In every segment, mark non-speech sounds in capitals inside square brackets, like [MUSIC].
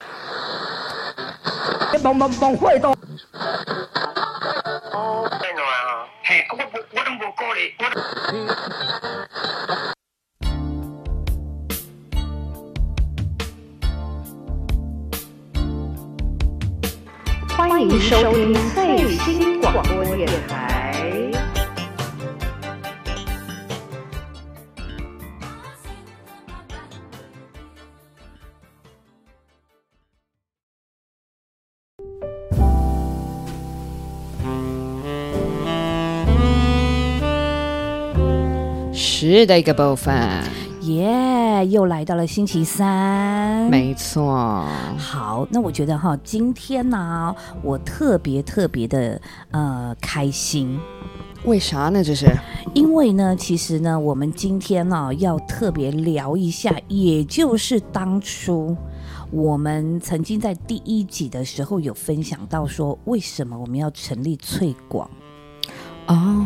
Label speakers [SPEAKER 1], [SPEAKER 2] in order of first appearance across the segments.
[SPEAKER 1] [LAUGHS]
[SPEAKER 2] 往往往火度。
[SPEAKER 3] 真的啊，嘿，我我我都无鼓励，我都。
[SPEAKER 1] 欢迎收听最新广播电台。
[SPEAKER 4] 十的一个部分，
[SPEAKER 5] 耶又来到了星期三。
[SPEAKER 4] 没错，
[SPEAKER 5] 好，那我觉得哈，今天呢、我特别特别的呃开心，
[SPEAKER 4] 为啥呢？这是
[SPEAKER 5] 因为呢，其实呢，我们今天呢、要特别聊一下，也就是当初我们曾经在第一集的时候有分享到说，为什么我们要成立翠广。
[SPEAKER 4] 哦，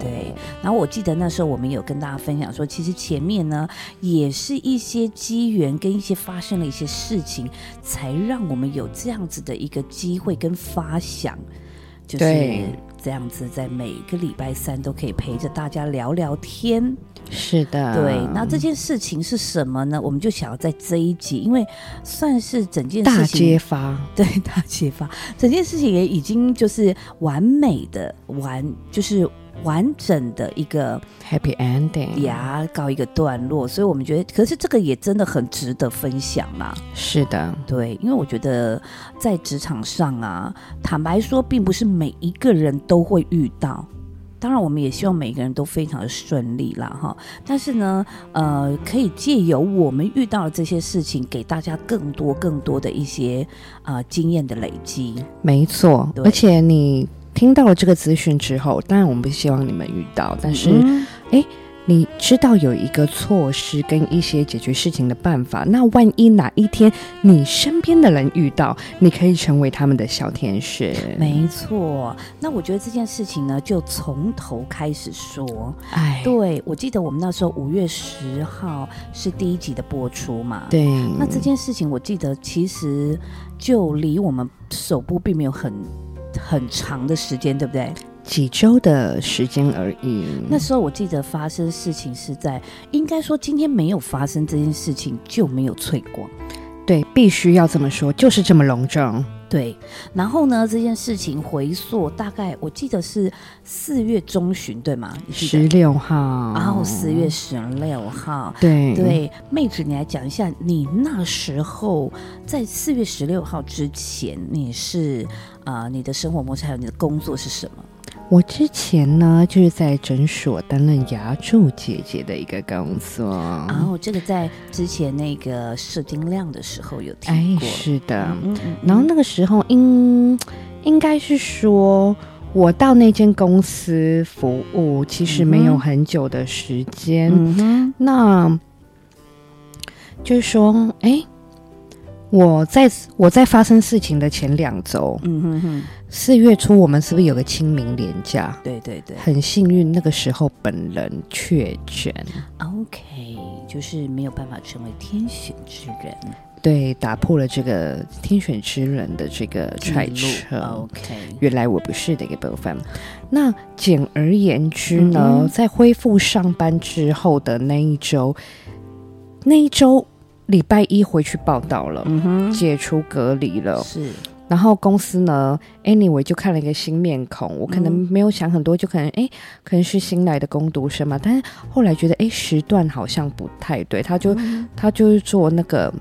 [SPEAKER 5] 对，然后我记得那时候我们有跟大家分享说，其实前面呢也是一些机缘跟一些发生了一些事情，才让我们有这样子的一个机会跟发想，就是
[SPEAKER 4] 对
[SPEAKER 5] 这样子在每个礼拜三都可以陪着大家聊聊天。
[SPEAKER 4] 是的，
[SPEAKER 5] 对，那这件事情是什么呢？我们就想要在这一集，因为算是整件
[SPEAKER 4] 大
[SPEAKER 5] 事情
[SPEAKER 4] 揭发，
[SPEAKER 5] [LAUGHS] 对大揭发，整件事情也已经就是完美的完，就是完整的一个
[SPEAKER 4] Happy Ending，
[SPEAKER 5] 牙告一个段落，所以我们觉得，可是这个也真的很值得分享啦。
[SPEAKER 4] 是的，
[SPEAKER 5] 对，因为我觉得在职场上啊，坦白说，并不是每一个人都会遇到。当然，我们也希望每个人都非常的顺利啦，哈。但是呢，呃，可以借由我们遇到的这些事情，给大家更多更多的一些啊、呃经验的累积。
[SPEAKER 4] 没错，
[SPEAKER 5] 对
[SPEAKER 4] 而且你听到了这个资讯之后，当然我们不希望你们遇到，但是。
[SPEAKER 5] 嗯
[SPEAKER 4] 你知道有一个措施跟一些解决事情的办法，那万一哪一天你身边的人遇到，你可以成为他们的小天使。
[SPEAKER 5] 没错。那我觉得这件事情呢，就从头开始说。
[SPEAKER 4] 哎，
[SPEAKER 5] 对，我记得我们那时候五月十号是第一集的播出嘛。。
[SPEAKER 4] 对，
[SPEAKER 5] 那这件事情，我记得其实就离我们首播并没有很很长的时间，对不对？
[SPEAKER 4] 几周的时间而已。
[SPEAKER 5] 那时候我记得发生事情是在，应该说今天没有发生这件事情就没有翠光。
[SPEAKER 4] 对，必须要这么说，就是这么隆重。
[SPEAKER 5] 对，然后呢，这件事情回溯大概我记得是四月中旬，对吗？你记得
[SPEAKER 4] 十六号，
[SPEAKER 5] 然后哦四
[SPEAKER 4] 哦
[SPEAKER 5] 月十六号，
[SPEAKER 4] 对，
[SPEAKER 5] 对，妹子，你来讲一下，你那时候在四月十六号之前，你是啊、呃你的生活模式还有你的工作是什么？
[SPEAKER 4] 我之前呢就是在诊所担任牙助姐姐的一个工作。
[SPEAKER 5] 然后这个在之前那个射精量的时候有提
[SPEAKER 4] 哎，
[SPEAKER 5] 过，
[SPEAKER 4] 是的，
[SPEAKER 5] 嗯嗯
[SPEAKER 4] 然后那个时候应应该是说，我到那间公司服务其实没有很久的时间，
[SPEAKER 5] 嗯哼，
[SPEAKER 4] 那就是说，哎，我在我在发生事情的前两周，
[SPEAKER 5] 嗯哼哼，
[SPEAKER 4] 四月初我们是不是有个清明连假？
[SPEAKER 5] 对对对
[SPEAKER 4] 很幸运，那个时候本人确诊，
[SPEAKER 5] ，OK，就是没有办法成为天选之人，
[SPEAKER 4] 对，打破了这个天选之人的这个揣测。
[SPEAKER 5] o k
[SPEAKER 4] 原来我不是的一个部分。那简而言之呢，
[SPEAKER 5] 嗯
[SPEAKER 4] 在恢复上班之后的那一周，那一周礼拜一回去报道了，
[SPEAKER 5] 嗯哼，
[SPEAKER 4] 解除隔离了。
[SPEAKER 5] 是，
[SPEAKER 4] 然后公司呢，anyway 就看了一个新面孔，我可能
[SPEAKER 5] 嗯
[SPEAKER 4] 没有想很多，就可能诶，可能是新来的工读生嘛。但是后来觉得诶，时段好像不太对，他就、
[SPEAKER 5] 嗯
[SPEAKER 4] 他就是做那个。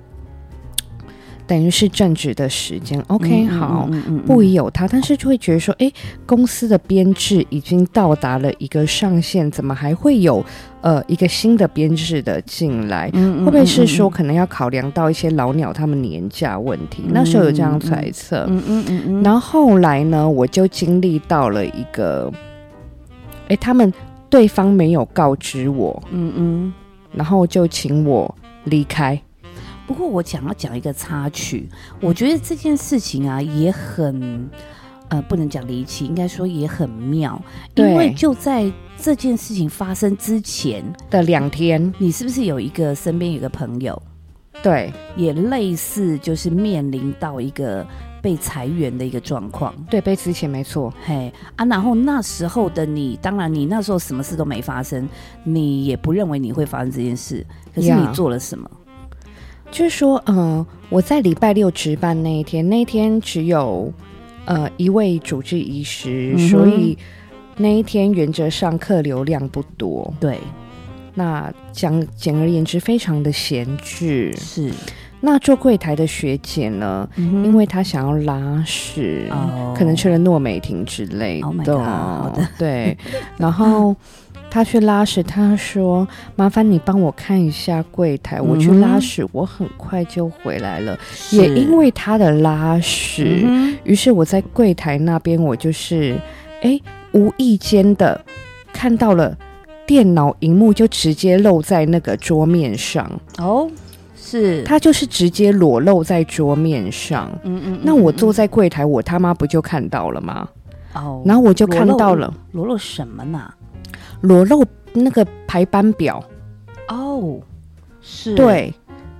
[SPEAKER 4] 等于是正职的时间，OK，、
[SPEAKER 5] 嗯
[SPEAKER 4] 好，，
[SPEAKER 5] 嗯嗯嗯
[SPEAKER 4] 不宜有他，但是就会觉得说，诶，公司的编制已经到达了一个上限，怎么还会有呃一个新的编制的进来？
[SPEAKER 5] 嗯
[SPEAKER 4] 会不会是说，可能要考量到一些老鸟他们年假问题？那时候有这样揣测。
[SPEAKER 5] 嗯嗯嗯嗯，
[SPEAKER 4] 然后后来呢，我就经历到了一个，诶，他们对方没有告知我，
[SPEAKER 5] 嗯嗯。
[SPEAKER 4] 然后就请我离开。
[SPEAKER 5] 不过我想要讲一个插曲，
[SPEAKER 4] 嗯
[SPEAKER 5] 我觉得这件事情啊也很，呃，不能讲离奇，应该说也很妙，因
[SPEAKER 4] 对
[SPEAKER 5] 为就在这件事情发生之前，
[SPEAKER 4] 的两天，
[SPEAKER 5] 你是不是有一个身边有个朋友
[SPEAKER 4] 对
[SPEAKER 5] 也类似，就是面临到一个被裁员的一个状况。
[SPEAKER 4] 对，被辞遣没错。
[SPEAKER 5] 嘿啊，然后那时候的你，当然你那时候什么事都没发生，你也不认为你会发生这件事，可是你
[SPEAKER 4] Yeah
[SPEAKER 5] 做了什么？
[SPEAKER 4] 就是说，呃，我在礼拜六值班那一天，那一天只有呃一位主治医师，
[SPEAKER 5] 嗯哼
[SPEAKER 4] 所以那一天原则上客流量不多。
[SPEAKER 5] 对，
[SPEAKER 4] 那讲简而言之，非常的闲置。
[SPEAKER 5] 是，
[SPEAKER 4] 那做柜台的学姐呢，因为她想要拉屎，
[SPEAKER 5] 哦
[SPEAKER 4] 可能吃了诺美婷之类
[SPEAKER 5] Oh my
[SPEAKER 4] 的。
[SPEAKER 5] God，好的
[SPEAKER 4] 对，然后她去拉屎，她说：“麻烦你帮我看一下柜台，我去
[SPEAKER 5] 嗯哼
[SPEAKER 4] 拉屎，我很快就回来了。”
[SPEAKER 5] 是
[SPEAKER 4] 也因为她的拉屎，
[SPEAKER 5] 嗯哼
[SPEAKER 4] 于是我在柜台那边，我就是哎无意间的看到了电脑荧幕，就直接露在那个桌面上，
[SPEAKER 5] 哦，是，
[SPEAKER 4] 它就是直接裸露在桌面上。
[SPEAKER 5] 嗯嗯
[SPEAKER 4] 那我坐
[SPEAKER 5] 做
[SPEAKER 4] 在柜台，我他妈不就看到了吗？
[SPEAKER 5] 哦，
[SPEAKER 4] 然后我就看到了
[SPEAKER 5] 裸露什么呢？
[SPEAKER 4] 裸露那个排班表，
[SPEAKER 5] 哦，是，，
[SPEAKER 4] 对，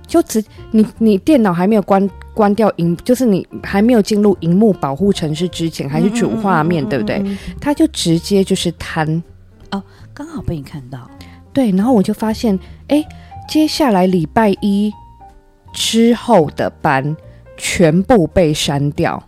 [SPEAKER 4] 就直你你电脑还没有关关掉荧，就是你还没有进入荧幕保护城市之前，还是主画面，对不对？
[SPEAKER 5] 嗯？
[SPEAKER 4] 它就直接就是摊
[SPEAKER 5] 刚好被你看到，
[SPEAKER 4] 对，然后我就发现，哎，接下来礼拜一之后的班全部被删掉。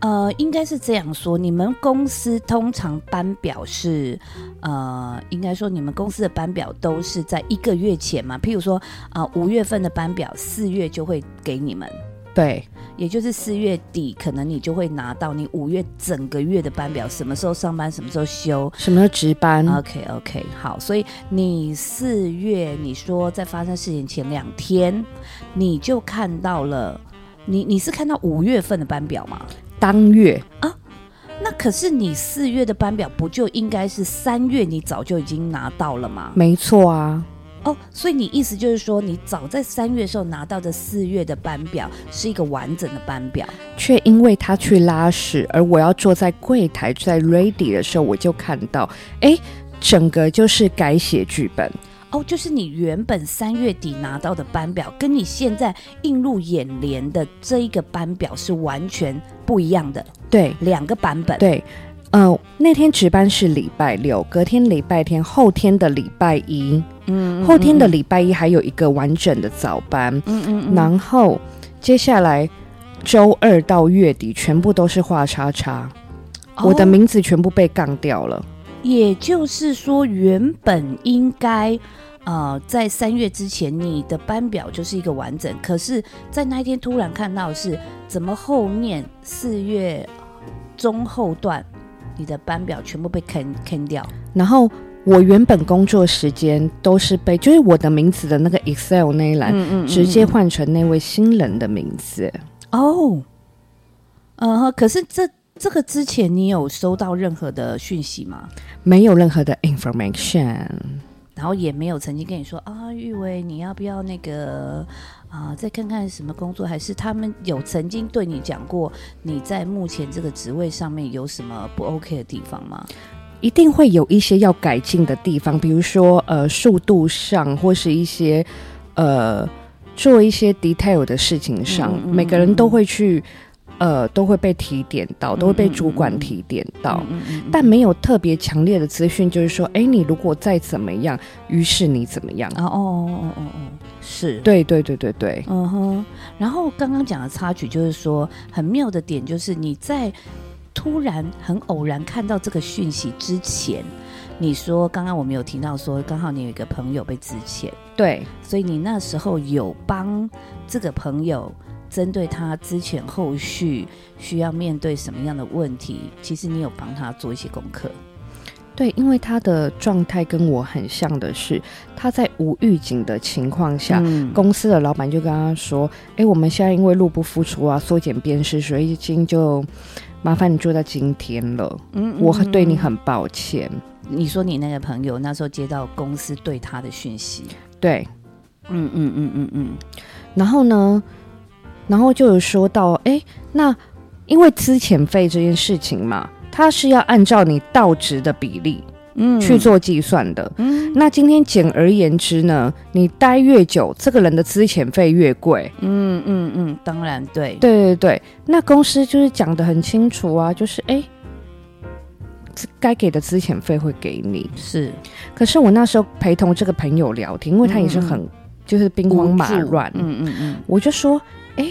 [SPEAKER 5] 呃，应该是这样说，你们公司通常班表是，呃，应该说你们公司的班表都是在一个月前嘛，譬如说啊，五、月份的班表，四月就会给你们。
[SPEAKER 4] 对
[SPEAKER 5] 也就是四月底，可能你就会拿到你五月整个月的班表，什么时候上班，什么时候休。
[SPEAKER 4] 什么时候值班？
[SPEAKER 5] OK OK，好，所以你四月你说在发生事情前两天，你就看到了，你你是看到五月份的班表吗？
[SPEAKER 4] 当月
[SPEAKER 5] 那可是你四月的班表不就应该是三月你早就已经拿到了吗？
[SPEAKER 4] 没错啊，
[SPEAKER 5] 哦，所以你意思就是说，你早在三月的时候拿到的四月的班表是一个完整的班表。
[SPEAKER 4] 却因为他去拉屎，而我要坐在柜台在 ready 的时候，我就看到，哎，整个就是改写剧本。
[SPEAKER 5] 哦，就是你原本三月底拿到的班表，跟你现在映入眼帘的这一个班表是完全不一样的，
[SPEAKER 4] 对
[SPEAKER 5] 两个版本。，
[SPEAKER 4] 对。呃，那天值班是礼拜六，隔天礼拜天，后天的礼拜一，
[SPEAKER 5] 嗯
[SPEAKER 4] 后天的礼拜一还有一个完整的早班，
[SPEAKER 5] 嗯嗯嗯，
[SPEAKER 4] 然后接下来周二到月底全部都是画叉叉，我的
[SPEAKER 5] 哦
[SPEAKER 4] 名字全部被杠掉了。
[SPEAKER 5] 也就是说，原本应该，呃，在三月之前，你的班表就是一个完整。可是，在那一天突然看到的是，怎么后面四月中后段，你的班表全部被坑坑掉。
[SPEAKER 4] 然后我原本工作时间都是被，就是我的名字的那个 Excel 那一栏。
[SPEAKER 5] 嗯
[SPEAKER 4] 直接换成那位新人的名字，
[SPEAKER 5] 哦，嗯、哼，可是这这个之前你有收到任何的讯息吗？
[SPEAKER 4] 没有任何的 information。
[SPEAKER 5] 然后也没有曾经跟你说啊，玉薇，你要不要那个啊，再看看什么工作？还是他们有曾经对你讲过你在目前这个职位上面有什么不 OK 的地方吗？
[SPEAKER 4] 一定会有一些要改进的地方，比如说呃速度上，或是一些呃做一些 detail 的事情上，
[SPEAKER 5] 嗯嗯嗯嗯
[SPEAKER 4] 每个人都会去呃都会被提点到，都会被
[SPEAKER 5] 嗯嗯
[SPEAKER 4] 主管
[SPEAKER 5] 嗯
[SPEAKER 4] 提点到，
[SPEAKER 5] 嗯嗯嗯
[SPEAKER 4] 但没有特别强烈的资讯，就是说，哎，你如果再怎么样，于是你怎么样？
[SPEAKER 5] 啊哦哦哦哦哦，是
[SPEAKER 4] 对对对对对，
[SPEAKER 5] 嗯哼，然后刚刚讲的插曲就是说，很妙的点就是你在突然很偶然看到这个讯息之前，你说刚刚我们有提到说，刚好你有一个朋友被之前，
[SPEAKER 4] 对
[SPEAKER 5] 所以你那时候有帮这个朋友针对他之前后续需要面对什么样的问题，其实你有帮他做一些功课。
[SPEAKER 4] 对，因为他的状态跟我很像的是，他在无预警的情况下，
[SPEAKER 5] 嗯
[SPEAKER 4] 公司的老板就跟他说：“哎、我们现在因为入不敷出啊，缩减编制，所以已经就麻烦你做到今天了。
[SPEAKER 5] 嗯
[SPEAKER 4] 我对你，很抱歉。
[SPEAKER 5] 你说你那个朋友那时候接到公司对他的讯息，
[SPEAKER 4] 对，
[SPEAKER 5] 嗯嗯嗯嗯嗯，
[SPEAKER 4] 然后呢，然后就有说到，哎、那因为资遣费这件事情嘛，它是要按照你到职的比例
[SPEAKER 5] 嗯
[SPEAKER 4] 去做计算的。
[SPEAKER 5] 嗯
[SPEAKER 4] 那今天简而言之呢，你待越久，这个人的资遣费越贵。
[SPEAKER 5] 嗯嗯嗯，当然对，
[SPEAKER 4] 对对对，那公司就是讲的很清楚啊，就是哎，这该给的资遣费会给你。
[SPEAKER 5] 是
[SPEAKER 4] 可是我那时候陪同这个朋友聊天，因为他也是很、就是兵荒马
[SPEAKER 5] 嗯无助
[SPEAKER 4] 乱，
[SPEAKER 5] 嗯嗯嗯，
[SPEAKER 4] 我就说，哎，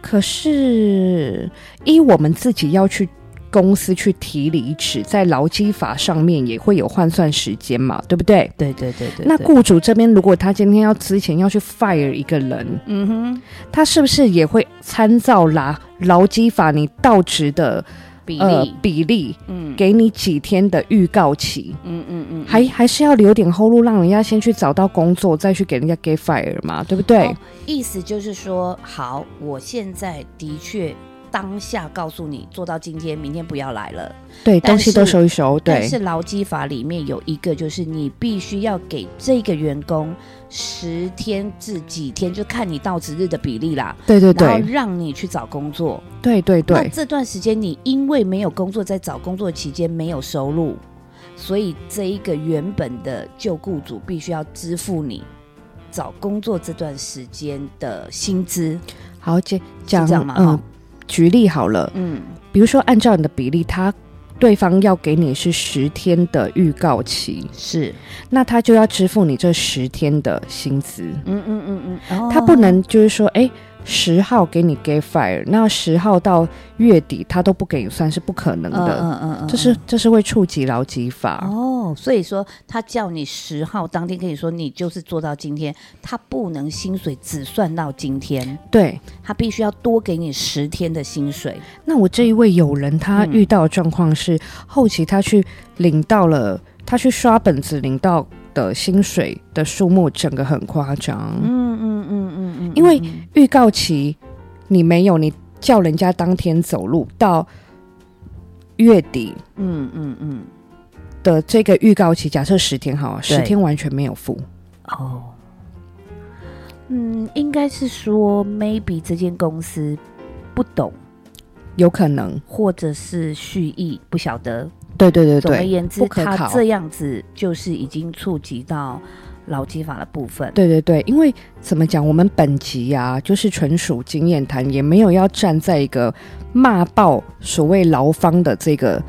[SPEAKER 4] 可是依我们自己要去公司去提离职，在劳基法上面也会有换算时间嘛，对不对？
[SPEAKER 5] 对对对对，
[SPEAKER 4] 那
[SPEAKER 5] 对，
[SPEAKER 4] 雇主这边，如果他今天要之前要去 fire 一个人，
[SPEAKER 5] 嗯哼，
[SPEAKER 4] 他是不是也会参照啦劳基法你到职的
[SPEAKER 5] 比
[SPEAKER 4] 呃
[SPEAKER 5] 例，
[SPEAKER 4] 比例，
[SPEAKER 5] 嗯
[SPEAKER 4] 给你几天的预告期？
[SPEAKER 5] 嗯嗯嗯，
[SPEAKER 4] 还还是要留点后路，让人家先去找到工作，再去给人家 get fire 嘛，对不对？
[SPEAKER 5] 哦意思就是说，好，我现在的确当下告诉你，做到今天，明天不要来了。
[SPEAKER 4] 对，
[SPEAKER 5] 但
[SPEAKER 4] 东西都
[SPEAKER 5] 是
[SPEAKER 4] 收一收，
[SPEAKER 5] 但
[SPEAKER 4] 对
[SPEAKER 5] 是劳基法里面有一个，就是你必须要给这个员工十天至几天，就看你到职日的比例啦，
[SPEAKER 4] 对对
[SPEAKER 5] 然后
[SPEAKER 4] 对
[SPEAKER 5] 让你去找工作。
[SPEAKER 4] 对对
[SPEAKER 5] 那
[SPEAKER 4] 对，
[SPEAKER 5] 这段时间你因为没有工作，在找工作期间没有收入，所以这一个原本的旧雇主必须要支付你找工作这段时间的薪资，
[SPEAKER 4] 好姐
[SPEAKER 5] 是
[SPEAKER 4] 讲
[SPEAKER 5] 这样吗？哦
[SPEAKER 4] 嗯
[SPEAKER 5] 哈，
[SPEAKER 4] 举例好了，
[SPEAKER 5] 嗯，
[SPEAKER 4] 比如说按照你的比例，他对方要给你是十天的预告期，
[SPEAKER 5] 是，
[SPEAKER 4] 那他就要支付你这十天的薪资，
[SPEAKER 5] 嗯嗯嗯嗯，哦
[SPEAKER 4] 他不能就是说，哎、十号给你 get fire，那十号到月底他都不给你算是不可能的，
[SPEAKER 5] 嗯嗯
[SPEAKER 4] 这是这是会触及劳基法。
[SPEAKER 5] 哦，所以说他叫你十号当天跟你说，你就是做到今天，他不能薪水只算到今天，
[SPEAKER 4] 对，
[SPEAKER 5] 他必须要多给你十天的薪水。
[SPEAKER 4] 那我这一位友人他遇到的状况是，后期他去领到了，他去刷本子领到的薪水的数目，整个很夸张。
[SPEAKER 5] 嗯嗯嗯嗯嗯
[SPEAKER 4] 因为预告期你没有，你叫人家当天走路到月底
[SPEAKER 5] 嗯嗯嗯，
[SPEAKER 4] 的这个预告期，假设十天好了，
[SPEAKER 5] 对
[SPEAKER 4] 十天完全没有付。
[SPEAKER 5] 哦，嗯，应该是说 maybe 这间公司不懂，
[SPEAKER 4] 有可能，
[SPEAKER 5] 或者是蓄意不晓得。
[SPEAKER 4] 对对对
[SPEAKER 5] 总而
[SPEAKER 4] 对，
[SPEAKER 5] 言之
[SPEAKER 4] 不，可
[SPEAKER 5] 他
[SPEAKER 4] 考
[SPEAKER 5] 这样子就是已经触及到劳基法的部分。
[SPEAKER 4] 对对对，因为怎么讲，我们本集啊，就是纯属经验谈，也没有要站在一个骂爆所谓劳方的这个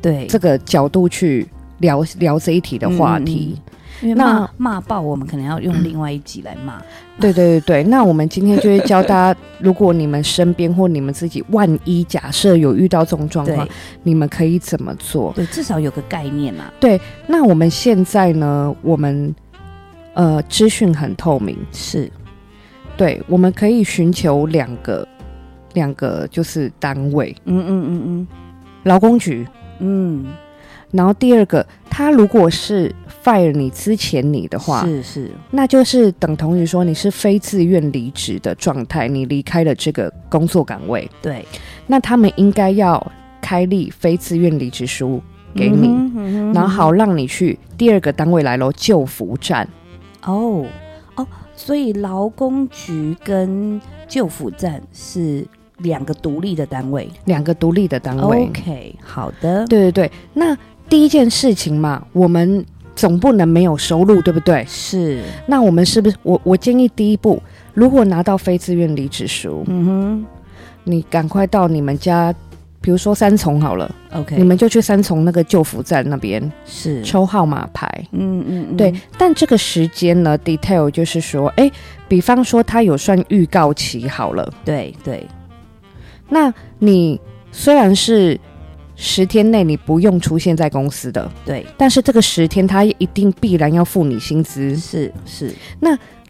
[SPEAKER 5] 对
[SPEAKER 4] 这个角度去聊聊这一题的话题。
[SPEAKER 5] 因为
[SPEAKER 4] 那
[SPEAKER 5] 骂骂爆，我们可能要
[SPEAKER 4] 嗯
[SPEAKER 5] 用另外一集来骂。
[SPEAKER 4] 对对对对， [LAUGHS] 那我们今天就会教大家，如果你们身边或你们自己，万一假设有遇到这种状况
[SPEAKER 5] 对，
[SPEAKER 4] 你们可以怎么做？
[SPEAKER 5] 对，至少有个概念啊嘛。
[SPEAKER 4] 那我们现在呢？我们呃，资讯很透明，
[SPEAKER 5] 是，
[SPEAKER 4] 对，我们可以寻求两个两个就是单位，
[SPEAKER 5] 嗯嗯嗯
[SPEAKER 4] 劳工局。
[SPEAKER 5] 嗯嗯，
[SPEAKER 4] 然后第二个，他如果是 fire 你之前你的话，
[SPEAKER 5] 是是，
[SPEAKER 4] 那就是等同于说你是非自愿离职的状态，你离开了这个工作岗位，
[SPEAKER 5] 对，
[SPEAKER 4] 那他们应该要开立非自愿离职书给你，
[SPEAKER 5] 嗯哼，嗯哼
[SPEAKER 4] 然后好让你去第二个单位来喽，救服站。
[SPEAKER 5] 哦哦，所以劳工局跟救辅站是两个独立的单位。
[SPEAKER 4] 两个独立的单位
[SPEAKER 5] OK，好的，
[SPEAKER 4] 对对对，那第一件事情嘛，我们总不能没有收入，对不对？
[SPEAKER 5] 是，
[SPEAKER 4] 那我们是不是我我建议第一步，如果拿到非自愿离职书，
[SPEAKER 5] 嗯
[SPEAKER 4] 你赶快到你们家，比如说三重好了，
[SPEAKER 5] 哼
[SPEAKER 4] 你
[SPEAKER 5] ，OK，
[SPEAKER 4] 们就去三重那个救扶站那边
[SPEAKER 5] 是，
[SPEAKER 4] 抽号码牌。
[SPEAKER 5] 嗯嗯嗯，
[SPEAKER 4] 对，但这个时间呢，detail 就是说，哎，比方说他有算预告期好了，
[SPEAKER 5] 对对，
[SPEAKER 4] 那你虽然是十天内你不用出现在公司的，
[SPEAKER 5] 对，
[SPEAKER 4] 但是这个十天他一定必然要付你薪资。
[SPEAKER 5] 是是，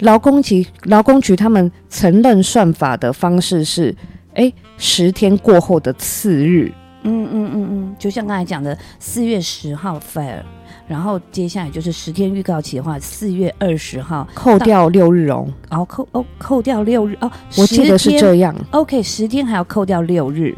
[SPEAKER 4] 劳工局劳工局他们承认算法的方式是，哎，十天过后的次日，
[SPEAKER 5] 嗯嗯嗯嗯，就像刚才讲的，四月十号 fire，然后接下来就是十天预告期的话，四月二十号，
[SPEAKER 4] 扣掉六日哦，
[SPEAKER 5] 然后扣哦扣掉六日哦，
[SPEAKER 4] 我记得是
[SPEAKER 5] 10天
[SPEAKER 4] 这样。
[SPEAKER 5] OK，十天还要扣掉六日，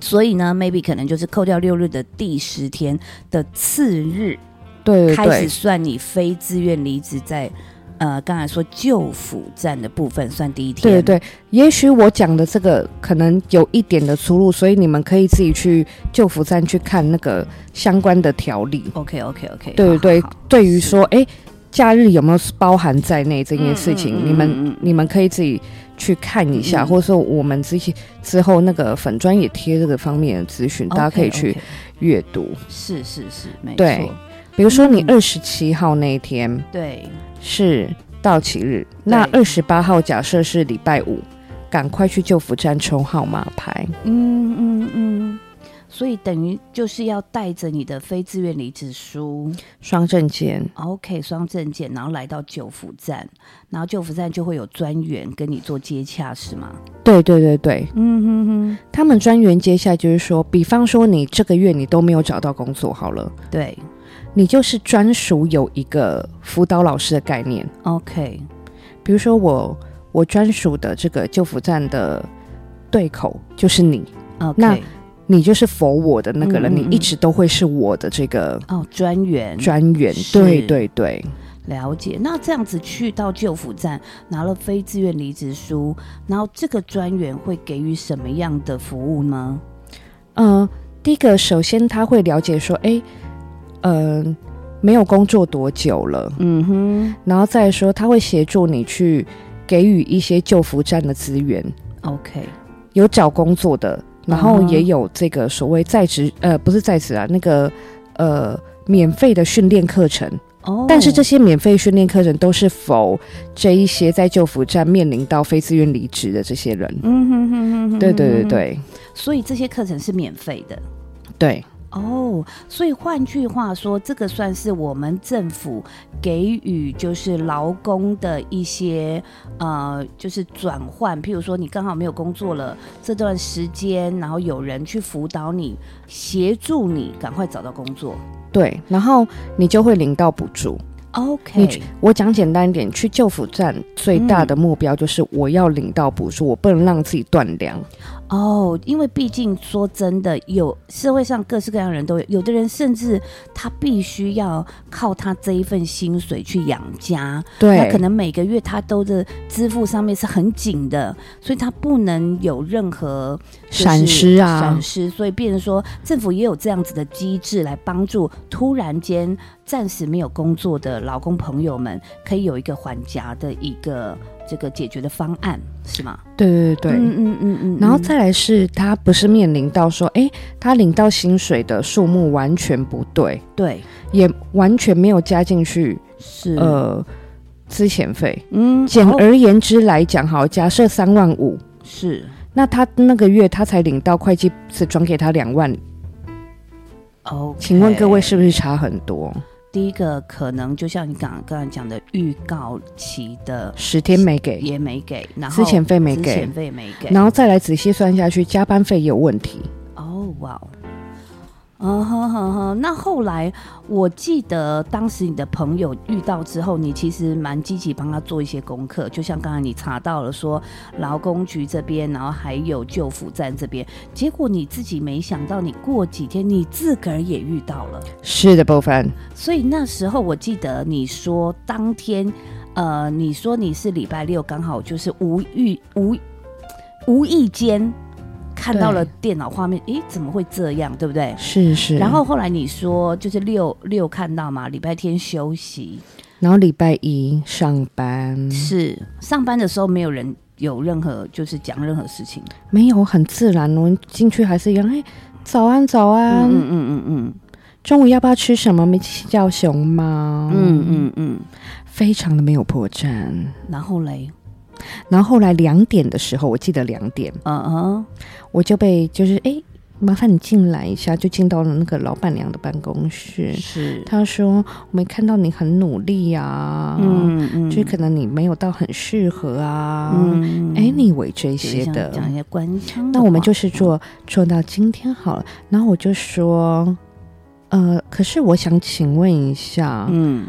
[SPEAKER 5] 所以呢，maybe 可能就是扣掉六日的第十天的次日
[SPEAKER 4] 对对
[SPEAKER 5] 开始
[SPEAKER 4] 对
[SPEAKER 5] 算你非自愿离职在呃刚才说旧府站的部分算第一天，
[SPEAKER 4] 对对，也许我讲的这个可能有一点的出入，所以你们可以自己去旧福站去看那个相关的条例。
[SPEAKER 5] ，OK OK OK，
[SPEAKER 4] 对对对，对于说，哎、假日有没有包含在内这
[SPEAKER 5] 这
[SPEAKER 4] 件事情，你们你们可以自己去看一下，
[SPEAKER 5] 嗯
[SPEAKER 4] 或者说我们这些之后那个粉砖也贴这个方面的资讯，大家可以去阅读。
[SPEAKER 5] 是是是，没错，
[SPEAKER 4] 对比如说你
[SPEAKER 5] 嗯
[SPEAKER 4] 二十七号那一天
[SPEAKER 5] 对
[SPEAKER 4] 是到期日，那二十八号假设是礼拜五，赶快去旧福站抽号码牌。
[SPEAKER 5] 嗯嗯嗯，所以等于就是要带着你的非自愿离职书
[SPEAKER 4] 双证件，
[SPEAKER 5] ，OK，双证件，然后来到九福站，然后九福站就会有专员跟你做接洽，是吗？
[SPEAKER 4] 对对对对，
[SPEAKER 5] 嗯哼哼，
[SPEAKER 4] 他们专员接下来就是说，比方说你这个月你都没有找到工作好了，
[SPEAKER 5] 对
[SPEAKER 4] 你就是专属有一个辅导老师的概念，
[SPEAKER 5] ，OK，
[SPEAKER 4] 比如说我我专属的这个救辅站的对口就是你，
[SPEAKER 5] OK，
[SPEAKER 4] 那你就是否我的那个人，
[SPEAKER 5] 嗯嗯嗯
[SPEAKER 4] 你一直都会是我的这个
[SPEAKER 5] 哦，专员
[SPEAKER 4] 专员。
[SPEAKER 5] 是
[SPEAKER 4] 对对对，
[SPEAKER 5] 了解。那这样子去到旧府站拿了非自愿离职书，然后这个专员会给予什么样的服务呢？
[SPEAKER 4] 嗯、第一个首先他会了解说，诶，嗯、没有工作多久了，
[SPEAKER 5] 嗯哼
[SPEAKER 4] 然后再说他会协助你去给予一些救扶站的资源，
[SPEAKER 5] ，OK，
[SPEAKER 4] 有找工作的，然后
[SPEAKER 5] 嗯哼
[SPEAKER 4] 也有这个所谓在职呃不是在职啊那个呃免费的训练课程。
[SPEAKER 5] 哦，
[SPEAKER 4] 但是这些免费训练课程都是否这一些在救辅站面临到非自愿离职的这些人？
[SPEAKER 5] 嗯哼哼哼哼，
[SPEAKER 4] 对对对，对
[SPEAKER 5] 所以这些课程是免费的。
[SPEAKER 4] 对
[SPEAKER 5] 哦，所以换句话说，这个算是我们政府给予就是劳工的一些呃，就是转换。譬如说，你刚好没有工作了这段时间，然后有人去辅导你、协助你，赶快找到工作。
[SPEAKER 4] 对，然后你就会领到补助。你去
[SPEAKER 5] OK，
[SPEAKER 4] 我讲简单一点，去救辅站最大的目标就是我要领到补助，我不能让自己断粮。
[SPEAKER 5] 哦，因为毕竟说真的，有社会上各式各样的人都有，有的人甚至他必须要靠他这一份薪水去养家，那
[SPEAKER 4] 对，
[SPEAKER 5] 可能每个月他都的支付上面是很紧的，所以他不能有任何就是
[SPEAKER 4] 闪失啊
[SPEAKER 5] 闪，失。所以变成说，政府也有这样子的机制来帮助突然间暂时没有工作的劳工朋友们，可以有一个缓夹的一个这个解决的方案，是吗？
[SPEAKER 4] 对对对对。
[SPEAKER 5] 嗯嗯嗯嗯。
[SPEAKER 4] 然后
[SPEAKER 5] 嗯
[SPEAKER 4] 再来是，他不是面临到说，诶，他领到薪水的数目完全不对，
[SPEAKER 5] 对
[SPEAKER 4] 也完全没有加进去
[SPEAKER 5] 是
[SPEAKER 4] 呃资遣费。
[SPEAKER 5] 嗯
[SPEAKER 4] 简
[SPEAKER 5] 哦
[SPEAKER 4] 而言之来讲，好，假设三万五，
[SPEAKER 5] 是
[SPEAKER 4] 那他那个月他才领到会计只转给他两万，
[SPEAKER 5] 哦，
[SPEAKER 4] 请问各位是不是差很多？
[SPEAKER 5] 第一个可能就像你刚刚才讲的预告期的。
[SPEAKER 4] 十天没给，
[SPEAKER 5] 也没给，然后
[SPEAKER 4] 之前费没
[SPEAKER 5] 之
[SPEAKER 4] 给
[SPEAKER 5] 前，费没给。
[SPEAKER 4] 然后再来仔细算下去，加班费也有问题。
[SPEAKER 5] 哦，哇哦。嗯哼哼哼，那后来我记得当时你的朋友遇到之后，你其实蛮积极帮他做一些功课，就像刚才你查到了说劳工局这边，然后还有救辅站这边，结果你自己没想到，你过几天你自个儿也遇到了，
[SPEAKER 4] 是的部分，
[SPEAKER 5] 所以那时候我记得你说当天，呃，你说你是礼拜六刚好就是无意无无意间看到了电脑画面，诶，怎么会这样，对不对？
[SPEAKER 4] 是是。
[SPEAKER 5] 然后后来你说就是六六看到嘛，礼拜天休息，
[SPEAKER 4] 然后礼拜一上
[SPEAKER 5] 嗯
[SPEAKER 4] 班，
[SPEAKER 5] 是上班的时候没有人有任何就是讲任何事情，
[SPEAKER 4] 没有很自然，我们进去还是一样，哎，早安早安，
[SPEAKER 5] 嗯嗯嗯嗯
[SPEAKER 4] 中午要不要吃什么？没吃叫熊猫，
[SPEAKER 5] 嗯嗯嗯，
[SPEAKER 4] 非常的没有破绽。
[SPEAKER 5] 然后嘞，
[SPEAKER 4] 然后后来两点的时候，我记得两点，
[SPEAKER 5] 嗯嗯，
[SPEAKER 4] 我就被就是哎，麻烦你进来一下，就进到了那个老板娘的办公室。
[SPEAKER 5] 是，
[SPEAKER 4] 她说：“我没看到你很努力啊，
[SPEAKER 5] 嗯嗯
[SPEAKER 4] 就是可能你没有到很适合啊，
[SPEAKER 5] 嗯
[SPEAKER 4] 哎、你为这
[SPEAKER 5] 就
[SPEAKER 4] 些
[SPEAKER 5] 像
[SPEAKER 4] 的。
[SPEAKER 5] 讲一些官腔的话，
[SPEAKER 4] 那我们就是做做到今天好了。”然后我就说：“呃，可是我想请问一下，
[SPEAKER 5] 嗯。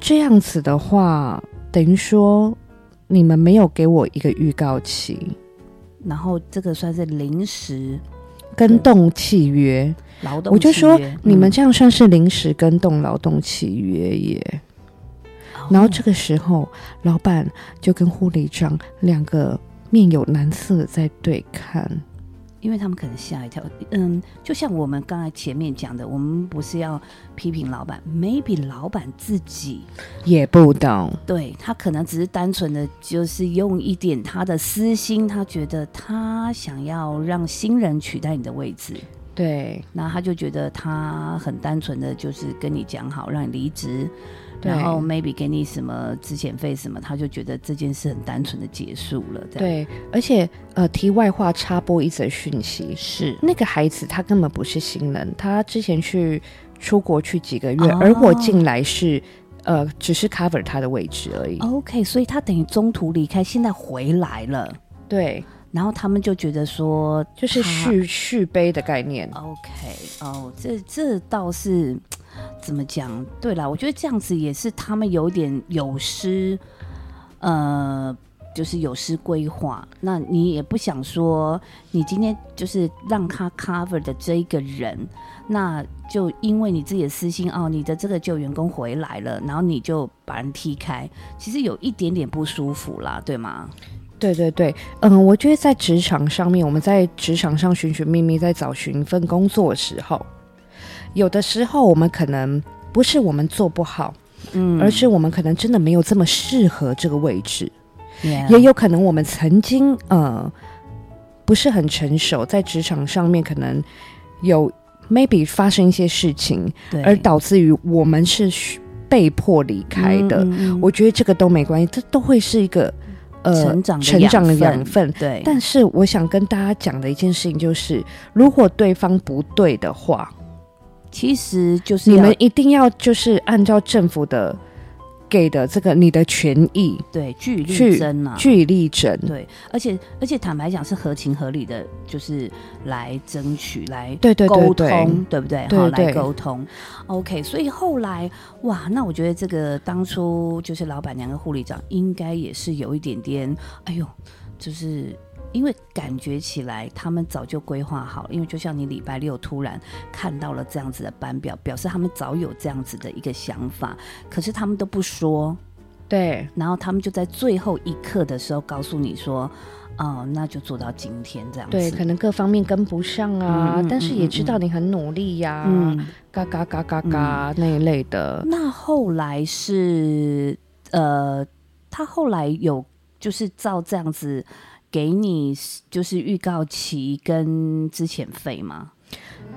[SPEAKER 4] 这样子的话，等于说你们没有给我一个预告期。”
[SPEAKER 5] 然后这个算是临时
[SPEAKER 4] 跟动契约，
[SPEAKER 5] 劳动
[SPEAKER 4] 我就
[SPEAKER 5] 契
[SPEAKER 4] 说
[SPEAKER 5] 约
[SPEAKER 4] 你们
[SPEAKER 5] 嗯
[SPEAKER 4] 这样算是临时跟动劳动契约耶。然后这
[SPEAKER 5] 哦
[SPEAKER 4] 个时候，老板就跟护理长两个面有难色的在对看。
[SPEAKER 5] 因为他们可能吓一跳，嗯，就像我们刚才前面讲的，我们不是要批评老板，maybe 老板自己
[SPEAKER 4] 也不懂，
[SPEAKER 5] 对他可能只是单纯的就是用一点他的私心，他觉得他想要让新人取代你的位置，
[SPEAKER 4] 对
[SPEAKER 5] 那他就觉得他很单纯的就是跟你讲好，让你离职，
[SPEAKER 4] 对
[SPEAKER 5] 然后 maybe 给你什么资遣费什么，他就觉得这件事很单纯的结束了，这样
[SPEAKER 4] 对，而且呃，题外话插播一则讯息，
[SPEAKER 5] 是
[SPEAKER 4] 那个孩子他根本不是新人，他之前去出国去几个月，
[SPEAKER 5] 哦
[SPEAKER 4] 而我进来是呃，只是 cover 他的位置而已。
[SPEAKER 5] OK，所以他等于中途离开，现在回来了。
[SPEAKER 4] 对，
[SPEAKER 5] 然后他们就觉得说，
[SPEAKER 4] 就是
[SPEAKER 5] 他
[SPEAKER 4] 续续杯的概念。
[SPEAKER 5] OK，哦，这这倒是怎么讲？对啦，我觉得这样子也是他们有点有失，呃，就是有失规划。那你也不想说，你今天就是让他 cover 的这一个人，那就因为你自己的私心哦，你的这个旧员工回来了，然后你就把人踢开，其实有一点点不舒服啦，对吗？
[SPEAKER 4] 对对对，嗯，我觉得在职场上面，我们在职场上寻寻觅觅，在找寻一份工作的时候，有的时候我们可能不是我们做不好，
[SPEAKER 5] 嗯
[SPEAKER 4] 而是我们可能真的没有这么适合这个位置，也
[SPEAKER 5] 也
[SPEAKER 4] 有可能我们曾经呃不是很成熟，在职场上面可能有 maybe 发生一些事情，而导致于我们是需被迫离开的。
[SPEAKER 5] 嗯
[SPEAKER 4] 我觉得这个都没关系，这都会是一个呃
[SPEAKER 5] 成长的
[SPEAKER 4] 成
[SPEAKER 5] 养
[SPEAKER 4] 长的
[SPEAKER 5] 分
[SPEAKER 4] 养分。
[SPEAKER 5] 对，
[SPEAKER 4] 但是我想跟大家讲的一件事情就是，如果对方不对的话，
[SPEAKER 5] 其实就是
[SPEAKER 4] 你
[SPEAKER 5] 要
[SPEAKER 4] 们一定要就是按照政府的给的这个你的权益
[SPEAKER 5] 对据理
[SPEAKER 4] 去
[SPEAKER 5] 力争啊，
[SPEAKER 4] 据理力争。
[SPEAKER 5] 对，而且而且坦白讲是合情合理的，就是来争取来。
[SPEAKER 4] 对对对
[SPEAKER 5] 沟
[SPEAKER 4] 对
[SPEAKER 5] 通对不对？
[SPEAKER 4] 对
[SPEAKER 5] 好，
[SPEAKER 4] 对
[SPEAKER 5] 来沟通。OK，所以后来哇，那我觉得这个当初就是老板娘跟护理长应该也是有一点点，哎呦，就是因为感觉起来他们早就规划好了，因为就像你礼拜六突然看到了这样子的班表，表示他们早有这样子的一个想法，可是他们都不说，
[SPEAKER 4] 对
[SPEAKER 5] 然后他们就在最后一刻的时候告诉你说，哦，那就做到今天这样子。
[SPEAKER 4] 对，可能各方面跟不上啊，
[SPEAKER 5] 嗯嗯
[SPEAKER 4] 但是也
[SPEAKER 5] 嗯
[SPEAKER 4] 知道你很努力呀、
[SPEAKER 5] 嗯，
[SPEAKER 4] 嘎嘎嘎嘎嘎、那一类的。
[SPEAKER 5] 那后来是呃，他后来有就是照这样子给你就是预告期跟之前费吗？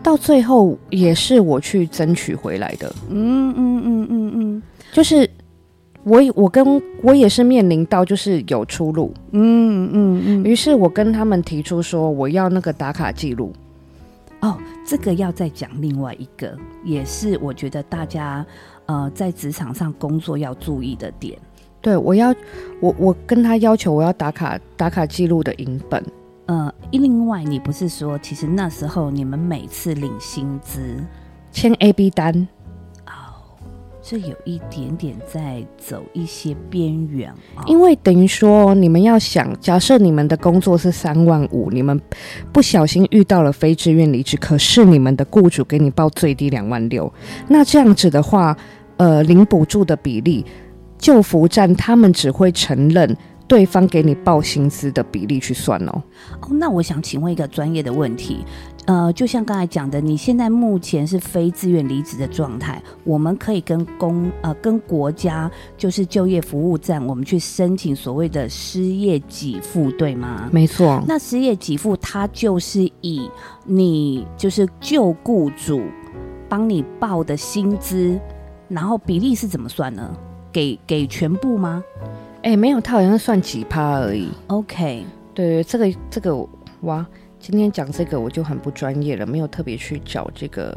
[SPEAKER 4] 到最后也是我去争取回来的，
[SPEAKER 5] 嗯嗯嗯嗯嗯
[SPEAKER 4] 就是我我跟我也是面临到就是有出路，
[SPEAKER 5] 嗯嗯嗯。
[SPEAKER 4] 于是我跟他们提出说我要那个打卡记录。
[SPEAKER 5] 哦，这个要再讲另外一个，也是我觉得大家呃在职场上工作要注意的点。
[SPEAKER 4] 对，我要我我跟他要求我要打卡打卡记录的影本，
[SPEAKER 5] 呃，另外，你不是说，其实那时候你们每次领薪资
[SPEAKER 4] 签 A B 单，
[SPEAKER 5] 是有一点点在走一些边缘啊、
[SPEAKER 4] 因为等于说哦你们要想，假设你们的工作是三万五，你们不小心遇到了非自愿离职，可是你们的雇主给你报最低两万六，那这样子的话，呃，领补助的比例，救服站他们只会承认对方给你报薪资的比例去算哦。
[SPEAKER 5] 哦，那我想请问一个专业的问题，呃，就像刚才讲的，你现在目前是非自愿离职的状态，我们可以跟公呃跟国家就是就业服务站，我们去申请所谓的失业给付，对吗？
[SPEAKER 4] 没错，
[SPEAKER 5] 那失业给付它就是以你就是旧雇主帮你报的薪资，然后比例是怎么算呢？给给全部吗
[SPEAKER 4] 哎，没有，他好像算几趴而已。
[SPEAKER 5] ？OK，
[SPEAKER 4] 对，这个这个哇，今天讲这个我就很不专业了，没有特别去找这个。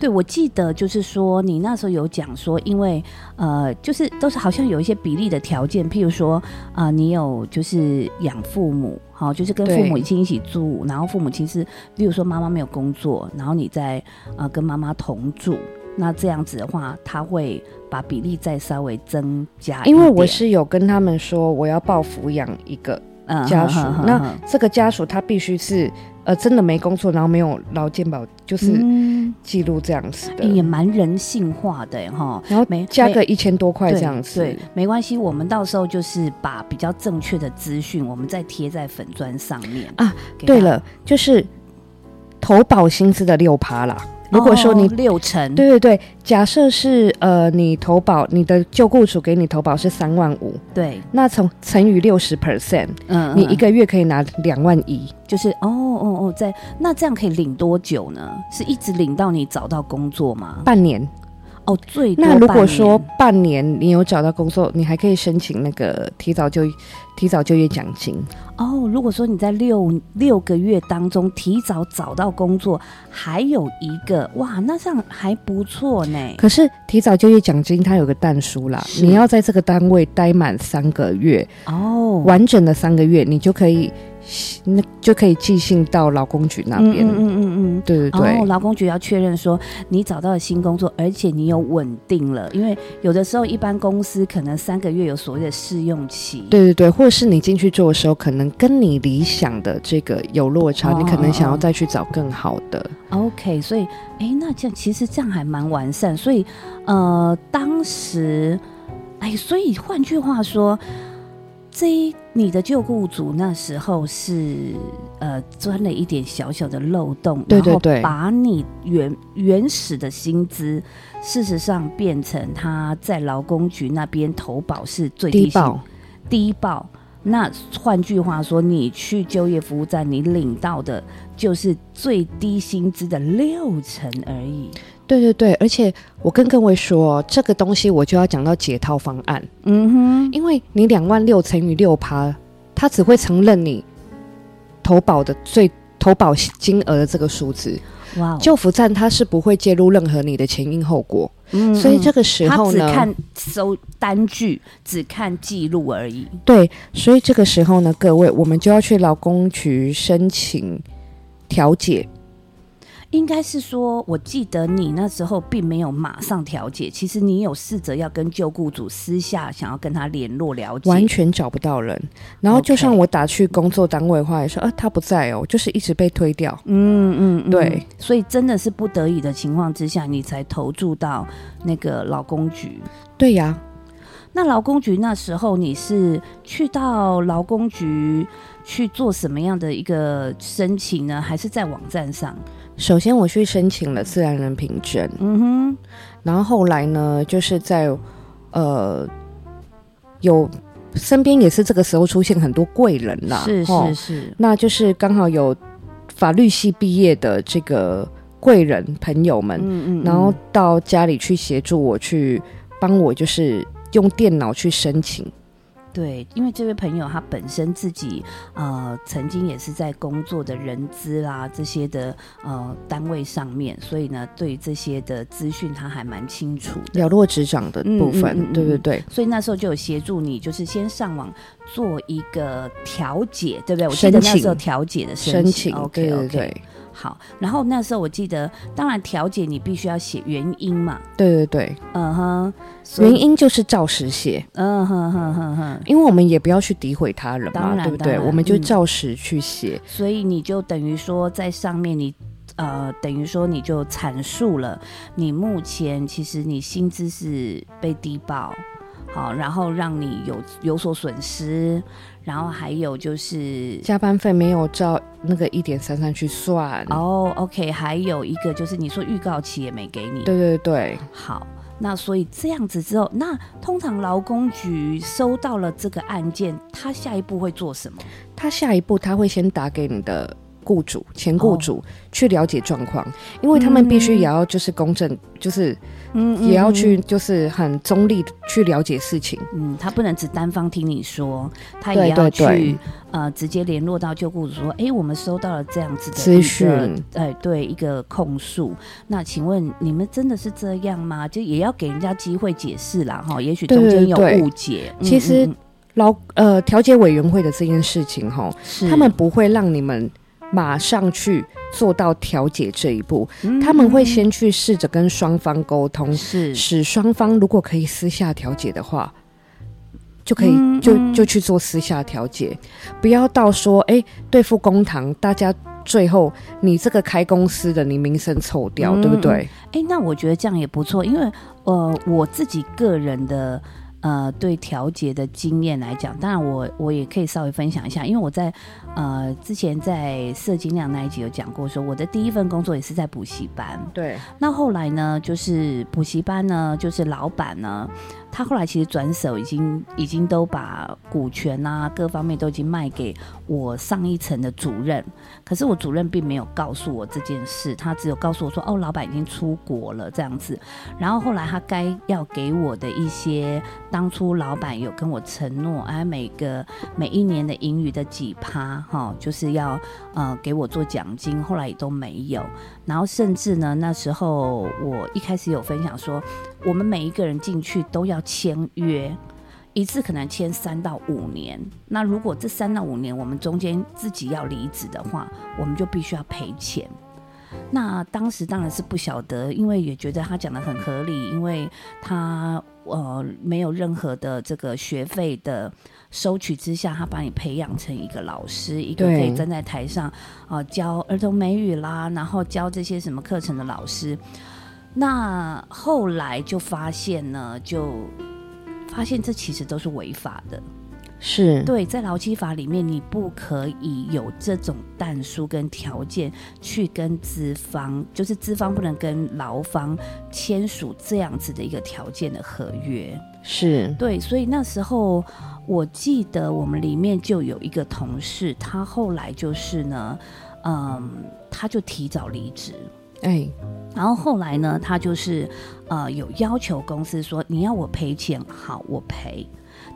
[SPEAKER 5] 对我记得就是说你那时候有讲说，因为呃，就是都是好像有一些比例的条件，譬如说啊、呃你有就是养父母，好、就是跟父母
[SPEAKER 4] 对
[SPEAKER 5] 亲一起住，然后父母亲是，例如说妈妈没有工作，然后你在啊、呃跟妈妈同住。那这样子的话，他会把啊比例再稍微增加一点，
[SPEAKER 4] 因为我是有跟他们说我要报抚养一个
[SPEAKER 5] 嗯
[SPEAKER 4] 家属
[SPEAKER 5] 哼哼，哼
[SPEAKER 4] 那
[SPEAKER 5] 哼
[SPEAKER 4] 这个家属他必须是呃真的没工作，然后没有劳健保，就是
[SPEAKER 5] 嗯
[SPEAKER 4] 记录这样子的，
[SPEAKER 5] 也蛮人性化的哈。
[SPEAKER 4] 然后
[SPEAKER 5] 没
[SPEAKER 4] 加
[SPEAKER 5] 没
[SPEAKER 4] 个一千多块
[SPEAKER 5] 对
[SPEAKER 4] 这样子
[SPEAKER 5] 对，，没关系，我们到时候就是把比较正确的资讯，我们再贴在粉砖上面
[SPEAKER 4] 啊。
[SPEAKER 5] 给
[SPEAKER 4] 对
[SPEAKER 5] 大家，
[SPEAKER 4] 了，就是投保薪资的六趴啦。如果说你
[SPEAKER 5] 哦六成，
[SPEAKER 4] 对对对，假设是呃，你投保你的旧雇主给你投保是三万五，
[SPEAKER 5] 对，
[SPEAKER 4] 那从乘以六十 percent，
[SPEAKER 5] 嗯
[SPEAKER 4] 你一
[SPEAKER 5] 嗯
[SPEAKER 4] 个月可以拿两万一。
[SPEAKER 5] 就是哦哦哦，在那这样可以领多久呢？是一直领到你找到工作吗？
[SPEAKER 4] 半年。
[SPEAKER 5] 哦，最多
[SPEAKER 4] 那如
[SPEAKER 5] 半
[SPEAKER 4] 果说
[SPEAKER 5] 年
[SPEAKER 4] 半年你有找到工作，你还可以申请那个提早就提早就业奖金。
[SPEAKER 5] 哦，如果说你在六六个月当中提早找到工作，还有一个哇，那这样还不错呢。
[SPEAKER 4] 可是提早就业奖金它有个淡书啦，
[SPEAKER 5] 是
[SPEAKER 4] 你要在这个单位待满三个月，
[SPEAKER 5] 哦，
[SPEAKER 4] 完整的三个月，你就可以那就可以寄信到劳工局那边。
[SPEAKER 5] 嗯嗯嗯嗯。
[SPEAKER 4] 对对对。
[SPEAKER 5] 然后劳工局要确认说你找到了新工作，而且你有稳定了，因为有的时候一般公司可能三个月有所谓的试用期。
[SPEAKER 4] 对对对，或者是你进去做的时候，可能跟你理想的这个有落差，
[SPEAKER 5] 哦
[SPEAKER 4] 你可能想
[SPEAKER 5] 哦
[SPEAKER 4] 要
[SPEAKER 5] 哦
[SPEAKER 4] 再去找更好的。
[SPEAKER 5] OK，所以哎，那这样其实这样还蛮完善。所以呃，当时哎，所以换句话说，这一你的旧雇主那时候是呃钻了一点小小的漏洞，
[SPEAKER 4] 对对
[SPEAKER 5] 然
[SPEAKER 4] 对
[SPEAKER 5] 后把你原原始的薪资，事实上变成他在劳工局那边投保是最低
[SPEAKER 4] 低
[SPEAKER 5] 薪
[SPEAKER 4] 保，
[SPEAKER 5] 低报。那换句话说，你去就业服务站，你领到的就是最低薪资的六成而已。
[SPEAKER 4] 对对对，而且我跟各位说，这个东西我就要讲到解套方案，
[SPEAKER 5] 嗯哼，
[SPEAKER 4] 因为你两万六乘以六趴，它只会承认你投保的最投保金额的这个数字，
[SPEAKER 5] 哇哦，
[SPEAKER 4] 救扶站它是不会介入任何你的前因后果，
[SPEAKER 5] 嗯
[SPEAKER 4] 所以
[SPEAKER 5] 嗯
[SPEAKER 4] 这个时
[SPEAKER 5] 他
[SPEAKER 4] 候
[SPEAKER 5] 只
[SPEAKER 4] 呢，
[SPEAKER 5] 看收单据，只看记录而已。
[SPEAKER 4] 对，所以这个时候呢，各位我们就要去劳工局申请调解。
[SPEAKER 5] 应该是说，我记得你那时候并没有马上调解，其实你有试着要跟旧雇主私下想要跟他联络了解。
[SPEAKER 4] 完全找不到人。然后就
[SPEAKER 5] OK
[SPEAKER 4] 算我打去工作单位的话，也说啊他不在哦，就是一直被推掉。
[SPEAKER 5] 嗯嗯，嗯
[SPEAKER 4] 对，
[SPEAKER 5] 所以真的是不得已的情况之下，你才投注到那个劳工局。
[SPEAKER 4] 对呀、
[SPEAKER 5] 那劳工局那时候你是去到劳工局去做什么样的一个申请呢？还是在网站上？
[SPEAKER 4] 首先我去申请了自然人凭证，
[SPEAKER 5] 嗯
[SPEAKER 4] 然后后来呢，就是在呃有身边也是这个时候出现很多贵人啦，
[SPEAKER 5] 是
[SPEAKER 4] 吼
[SPEAKER 5] 是是，
[SPEAKER 4] 那就是刚好有法律系毕业的这个贵人朋友们，
[SPEAKER 5] 嗯
[SPEAKER 4] 然后到家里去协助我去帮我，就是用电脑去申请。
[SPEAKER 5] 对，因为这位朋友他本身自己呃曾经也是在工作的人资啦这些的呃单位上面，所以呢对于这些的资讯他还蛮清楚的。
[SPEAKER 4] 了若指掌的部分，
[SPEAKER 5] 嗯嗯嗯嗯
[SPEAKER 4] 对对对，
[SPEAKER 5] 所以那时候就有协助你，就是先上网做一个调解，对不对？我记得那
[SPEAKER 4] 申请
[SPEAKER 5] 时候调解的申
[SPEAKER 4] 申请，对
[SPEAKER 5] OK
[SPEAKER 4] 对
[SPEAKER 5] OK，
[SPEAKER 4] 对，
[SPEAKER 5] 好。然后那时候我记得，当然调解你必须要写原因嘛，
[SPEAKER 4] 对对对，
[SPEAKER 5] 嗯哼，所以
[SPEAKER 4] 原，因就是照实写，
[SPEAKER 5] 嗯哼哼哼哼。
[SPEAKER 4] 因为我们也不要去诋毁他人
[SPEAKER 5] 当
[SPEAKER 4] 嘛，
[SPEAKER 5] 然
[SPEAKER 4] 对不
[SPEAKER 5] 当
[SPEAKER 4] 对？
[SPEAKER 5] 然
[SPEAKER 4] 我们就
[SPEAKER 5] 嗯
[SPEAKER 4] 照实去写，
[SPEAKER 5] 所以你就等于说在上面你。呃，等于说你就阐述了你目前其实你薪资是被低报，好，然后让你有有所损失，然后还有就是
[SPEAKER 4] 加班费没有照那个一点三三去算，
[SPEAKER 5] 哦、o k 还有一个就是你说预告期也没给你，
[SPEAKER 4] 对对对，
[SPEAKER 5] 好，那所以这样子之后，那通常劳工局收到了这个案件，他下一步会做什么？
[SPEAKER 4] 他下一步他会先打给你的。雇主、前雇
[SPEAKER 5] 哦
[SPEAKER 4] 主、去了解状况，因为他们必须也要就是公正，就是
[SPEAKER 5] 嗯
[SPEAKER 4] 也要去，就是很中立的去了解事情。
[SPEAKER 5] 嗯，他不能只单方听你说，他
[SPEAKER 4] 对
[SPEAKER 5] 也
[SPEAKER 4] 对
[SPEAKER 5] 要去
[SPEAKER 4] 对
[SPEAKER 5] 呃直接联络到旧雇主说，哎、我们收到了这样子的
[SPEAKER 4] 资
[SPEAKER 5] 一个
[SPEAKER 4] 讯，
[SPEAKER 5] 哎，对，一个控诉。那请问你们真的是这样吗？就也要给人家机会解释啦，哈，也许
[SPEAKER 4] 对
[SPEAKER 5] 中
[SPEAKER 4] 对
[SPEAKER 5] 间有
[SPEAKER 4] 对
[SPEAKER 5] 误解。嗯
[SPEAKER 4] 其实
[SPEAKER 5] 嗯
[SPEAKER 4] 劳呃调解委员会的这件事情，吼，
[SPEAKER 5] 是
[SPEAKER 4] 他们不会让你们马上去做到调解这一步，
[SPEAKER 5] 嗯
[SPEAKER 4] 他们会
[SPEAKER 5] 嗯
[SPEAKER 4] 先去试着跟双方沟通，
[SPEAKER 5] 是
[SPEAKER 4] 使双方如果可以私下调解的话，就可以
[SPEAKER 5] 嗯
[SPEAKER 4] 就
[SPEAKER 5] 嗯
[SPEAKER 4] 就去做私下调解，不要到说哎、对付公堂，大家最后你这个开公司的你名声臭掉，对不对？
[SPEAKER 5] 哎，那我觉得这样也不错，因为呃，我自己个人的呃对调解的经验来讲，当然我我也可以稍微分享一下，因为我在呃之前在社经量那一集有讲过说我的第一份工作也是在补习班，
[SPEAKER 4] 对，
[SPEAKER 5] 那后来呢，就是补习班呢，就是老板呢，他后来其实转手已经已经都把股权啊各方面都已经卖给我上一层的主任，可是我主任并没有告诉我这件事，他只有告诉我说哦，老板已经出国了这样子。然后后来他该要给我的一些，当初老板有跟我承诺，哎，每个每一年的盈余的几趴哈、就是要呃给我做奖金，后来也都没有。然后甚至呢，那时候我一开始有分享说，我们每一个人进去都要签约，一次可能签三到五年。那如果这三到五年我们中间自己要离职的话，我们就必须要赔钱。那当时当然是不晓得，因为也觉得他讲的很合理，因为他呃没有任何的这个学费的收取之下，他把你培养成一个老师，一个可
[SPEAKER 4] 对
[SPEAKER 5] 以站在台上啊、呃教儿童美语啦，然后教这些什么课程的老师。那后来就发现呢，就发现这其实都是违法的。
[SPEAKER 4] 是，
[SPEAKER 5] 对，在劳基法里面，你不可以有这种但书跟条件去跟资方，就是资方不能跟劳方签署这样子的一个条件的合约。
[SPEAKER 4] 是，
[SPEAKER 5] 对，所以那时候我记得我们里面就有一个同事，他后来就是呢，嗯，他就提早离职。
[SPEAKER 4] 哎，
[SPEAKER 5] 然后后来呢，他就是呃有要求公司说，你要我赔钱，好，我赔，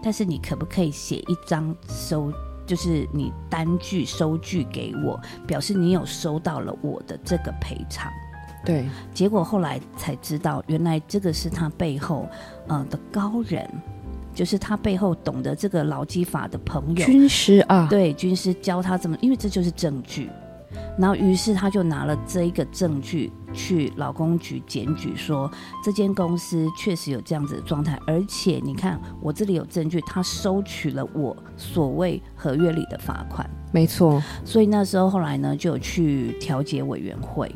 [SPEAKER 5] 但是你可不可以写一张收，就是你单据收据给我，表示你有收到了我的这个赔偿。
[SPEAKER 4] 对，
[SPEAKER 5] 结果后来才知道，原来这个是他背后呃的高人，就是他背后懂得这个劳基法的朋友，
[SPEAKER 4] 军师啊，
[SPEAKER 5] 对，军师教他怎么，因为这就是证据。然后，于是他就拿了这一个证据去劳工局检举说，这间公司确实有这样子的状态，而且你看，我这里有证据，他收取了我所谓合约里的罚款。
[SPEAKER 4] 没错，
[SPEAKER 5] 所以那时候后来呢，就有去调解委员会。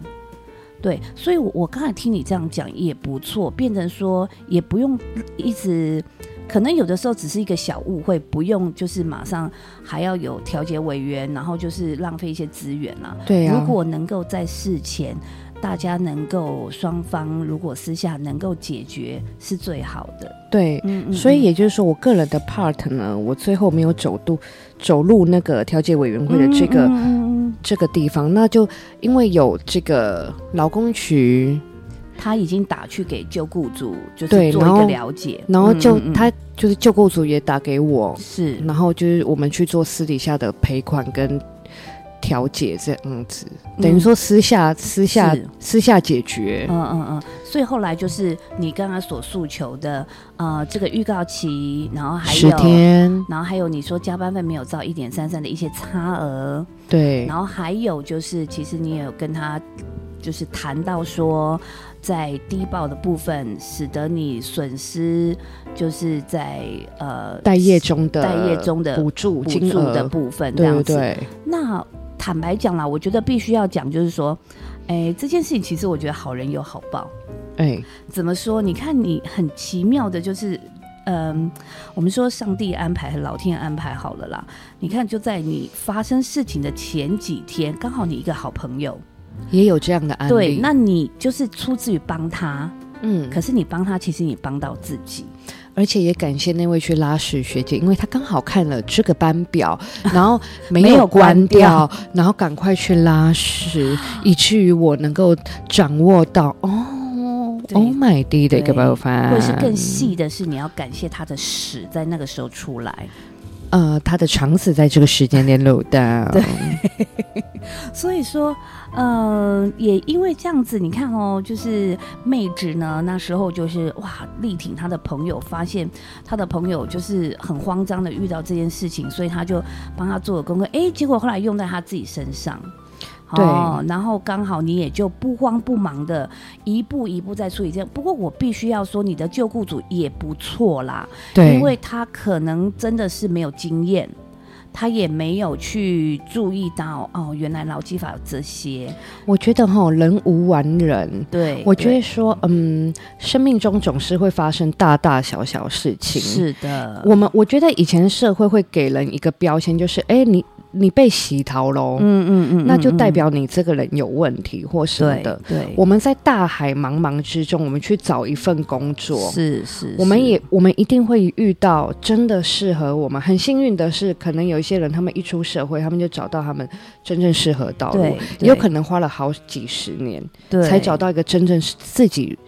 [SPEAKER 5] 对，所以我，我刚才听你这样讲也不错，变成说也不用一直，可能有的时候只是一个小误会，不用就是马上还要有调解委员，然后就是浪费一些资源啦、
[SPEAKER 4] 对啊，
[SPEAKER 5] 如果能够在事前，大家能够双方如果私下能够解决是最好的。
[SPEAKER 4] 对，
[SPEAKER 5] 嗯嗯
[SPEAKER 4] 所以
[SPEAKER 5] 嗯
[SPEAKER 4] 也就是说，我个人的 part 呢，我最后没有走度走入那个调解委员会的这个、
[SPEAKER 5] 嗯嗯嗯嗯
[SPEAKER 4] 这个地方，那就因为有这个劳工局，
[SPEAKER 5] 他已经打去给旧雇主，就是
[SPEAKER 4] 对
[SPEAKER 5] 做一
[SPEAKER 4] 然
[SPEAKER 5] 个
[SPEAKER 4] 后
[SPEAKER 5] 了解，
[SPEAKER 4] 然后
[SPEAKER 5] 嗯
[SPEAKER 4] 就、
[SPEAKER 5] 嗯嗯
[SPEAKER 4] 他就是救雇组也打给我，
[SPEAKER 5] 是
[SPEAKER 4] 然后就是我们去做私底下的赔款跟调解这样子，等于说私下私下
[SPEAKER 5] 嗯是
[SPEAKER 4] 私下解决，
[SPEAKER 5] 嗯嗯嗯，所以后来就是你刚刚所诉求的，呃，这个预告期，然后还
[SPEAKER 4] 十
[SPEAKER 5] 有，
[SPEAKER 4] 天，
[SPEAKER 5] 然后还有你说加班费没有照一点三三的一些差额，
[SPEAKER 4] 对
[SPEAKER 5] 然后还有就是，其实你也有跟他就是谈到说，在低报的部分，使得你损失就是在呃
[SPEAKER 4] 待业中的
[SPEAKER 5] 待业中的
[SPEAKER 4] 补助
[SPEAKER 5] 补
[SPEAKER 4] 金
[SPEAKER 5] 助的
[SPEAKER 4] 额，
[SPEAKER 5] 部分，这
[SPEAKER 4] 对
[SPEAKER 5] 样
[SPEAKER 4] 对
[SPEAKER 5] 子。
[SPEAKER 4] 对，
[SPEAKER 5] 那坦白讲啦，我觉得必须要讲，就是说，哎，这件事情其实我觉得好人有好报。
[SPEAKER 4] 哎，
[SPEAKER 5] 怎么说？你看，你很奇妙的，就是，嗯，我们说上帝安排、老天安排好了啦。你看，就在你发生事情的前几天，刚好你一个好朋友，
[SPEAKER 4] 也有这样的案例，
[SPEAKER 5] 对，那你就是出自于帮他，
[SPEAKER 4] 嗯。
[SPEAKER 5] 可是你帮他，其实你帮到自己，
[SPEAKER 4] 而且也感谢那位去拉屎学姐，因为她刚好看了这个班
[SPEAKER 5] [LAUGHS]
[SPEAKER 4] 表，然后没
[SPEAKER 5] 没有
[SPEAKER 4] 有关
[SPEAKER 5] 关掉啊
[SPEAKER 4] 掉，然后赶快去拉屎，以至于我能够掌握到哦
[SPEAKER 5] 对
[SPEAKER 4] ，Oh my d 的一个
[SPEAKER 5] 对
[SPEAKER 4] 办法，
[SPEAKER 5] 或者是更细的是，你要感谢他的屎在那个时候出来。
[SPEAKER 4] 呃，她的肠子在这个时间点漏掉，
[SPEAKER 5] 对所以说，呃，也因为这样子，你看哦，就是妹纸呢，那时候就是哇，力挺她的朋友，发现她的朋友就是很慌张的遇到这件事情，所以她就帮她做了功课，哎，结果后来用在她自己身上，
[SPEAKER 4] 对
[SPEAKER 5] 哦，然后刚好你也就不慌不忙的一步一步在处理这样。不过我必须要说，你的救雇主也不错啦，
[SPEAKER 4] [LAUGHS] 对，
[SPEAKER 5] 因为他可能真的是没有经验。他也没有去注意到哦，原来劳基法有这些。
[SPEAKER 4] 我觉得哈，人无完人。
[SPEAKER 5] 对，
[SPEAKER 4] 我觉得说，嗯，生命中总是会发生大大小小事情。
[SPEAKER 5] 对是的，
[SPEAKER 4] 我们我觉得以前社会会给人一个标签，就是哎、你你被洗逃喽，
[SPEAKER 5] 嗯嗯嗯
[SPEAKER 4] 那就代表你这个人有问题或什么
[SPEAKER 5] 对
[SPEAKER 4] 的。
[SPEAKER 5] 对，
[SPEAKER 4] 我们在大海茫茫之中，我们去找一份工作，
[SPEAKER 5] 是是，
[SPEAKER 4] 我们
[SPEAKER 5] 是
[SPEAKER 4] 也我们一定会遇到真的适合我们。很幸运的是，可能有一些人他们一出社会，他们就找到他们真正适合的道路
[SPEAKER 5] 对，，
[SPEAKER 4] 也有
[SPEAKER 5] 对
[SPEAKER 4] 可能花了好几十年
[SPEAKER 5] 对
[SPEAKER 4] 才找到一个真正是自己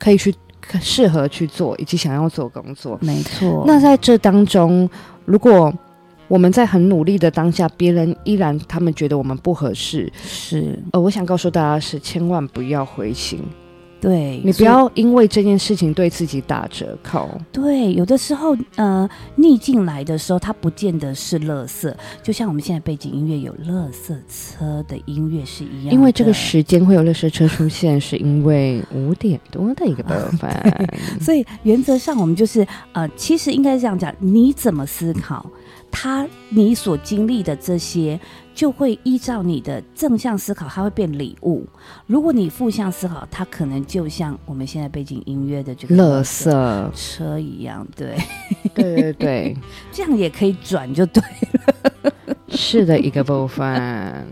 [SPEAKER 4] 可以去可适合去做以及想要做工作。
[SPEAKER 5] 没错，
[SPEAKER 4] 那在这当中，如果我们在很努力的当下，别人依然他们觉得我们不合适，
[SPEAKER 5] 是
[SPEAKER 4] 呃，我想告诉大家是千万不要灰心，
[SPEAKER 5] 对，
[SPEAKER 4] 你不
[SPEAKER 5] 嗯所以
[SPEAKER 4] 要因为这件事情对自己打折扣。
[SPEAKER 5] 对，有的时候呃，逆境来的时候，它不见得是乐色，就像我们现在背景音乐有乐色车的音乐是一样的，
[SPEAKER 4] 因为这个时间会有热车车出现，是因为五点多的一
[SPEAKER 5] [LAUGHS]
[SPEAKER 4] 个部分。
[SPEAKER 5] 所以原则上我们就是呃，其实应该这样讲，你怎么思考，他你所经历的这些，就会依照你的正向思考，它会变礼物；如果你负向思考，它可能就像我们现在背景音乐的这个
[SPEAKER 4] 乐
[SPEAKER 5] 垃圾
[SPEAKER 4] 色，
[SPEAKER 5] 车一样，对， [LAUGHS]
[SPEAKER 4] 对对对，
[SPEAKER 5] 这样也可以转就对。
[SPEAKER 4] 是的一个部分。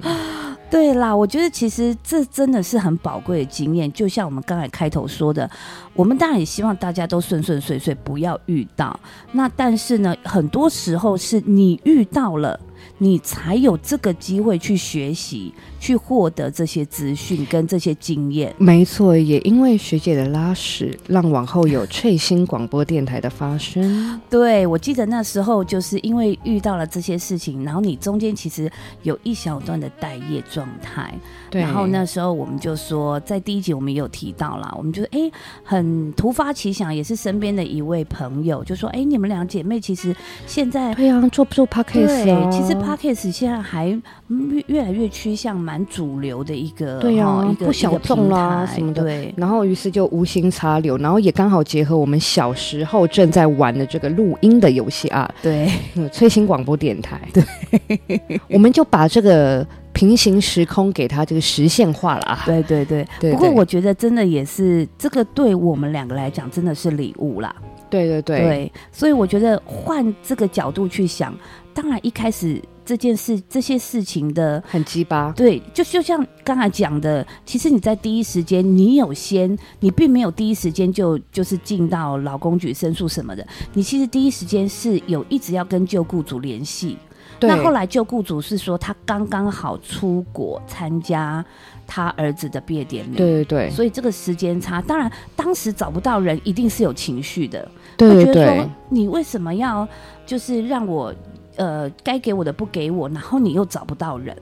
[SPEAKER 5] 对啦，我觉得其实这真的是很宝贵的经验。就像我们刚才开头说的，我们当然也希望大家都顺顺遂遂，不要遇到。那但是呢，很多时候是你遇到了，你才有这个机会去学习，去获得这些资讯跟这些经验。
[SPEAKER 4] 没错，也因为学姐的拉屎，让往后有翠星广播电台的发生。
[SPEAKER 5] 对，我记得那时候就是因为遇到了这些事情，然后你中间其实有一小段的待业状态。
[SPEAKER 4] 对，
[SPEAKER 5] 然后那时候我们就说，在第一集我们也有提到啦，我们就哎很突发奇想，也是身边的一位朋友就说，哎，你们两姐妹其实现在。
[SPEAKER 4] 对啊，做不做 podcast
[SPEAKER 5] 对，
[SPEAKER 4] 哦？
[SPEAKER 5] 其实 podcast 现在还嗯越越来越趋向蛮主流的一个
[SPEAKER 4] 对啊
[SPEAKER 5] 哈一个
[SPEAKER 4] 不小众啦
[SPEAKER 5] 一个平台
[SPEAKER 4] 什么的
[SPEAKER 5] 对，
[SPEAKER 4] 然后于是就无心插柳，然后也刚好结合我们小时候正在玩的这个录音的游戏啊，
[SPEAKER 5] 对，
[SPEAKER 4] 嗯翠星广播电台。对， [LAUGHS] 我们就把这个平行时空给它这个实现化了啊。 [LAUGHS]
[SPEAKER 5] 对，对，对。
[SPEAKER 4] 对
[SPEAKER 5] 不过
[SPEAKER 4] 对
[SPEAKER 5] 我觉得真的也是这个对我们两个来讲真的是礼物啦。
[SPEAKER 4] 对对对
[SPEAKER 5] 对，所以我觉得换这个角度去想，当然一开始这件事这些事情的
[SPEAKER 4] 很鸡巴。
[SPEAKER 5] 对，就就像刚才讲的，其实你在第一时间，你有先，你并没有第一时间就就是进到劳工局申诉什么的，你其实第一时间是有一直要跟旧雇主联系。
[SPEAKER 4] 对，
[SPEAKER 5] 那后来旧雇主是说他刚刚好出国参加他儿子的毕业典礼，
[SPEAKER 4] 对对对
[SPEAKER 5] 所以这个时间差，当然当时找不到人，一定是有情绪的。
[SPEAKER 4] 对
[SPEAKER 5] 会
[SPEAKER 4] 对
[SPEAKER 5] 觉得说
[SPEAKER 4] 对，
[SPEAKER 5] 你为什么要就是让我呃该给我的不给我，然后你又找不到人，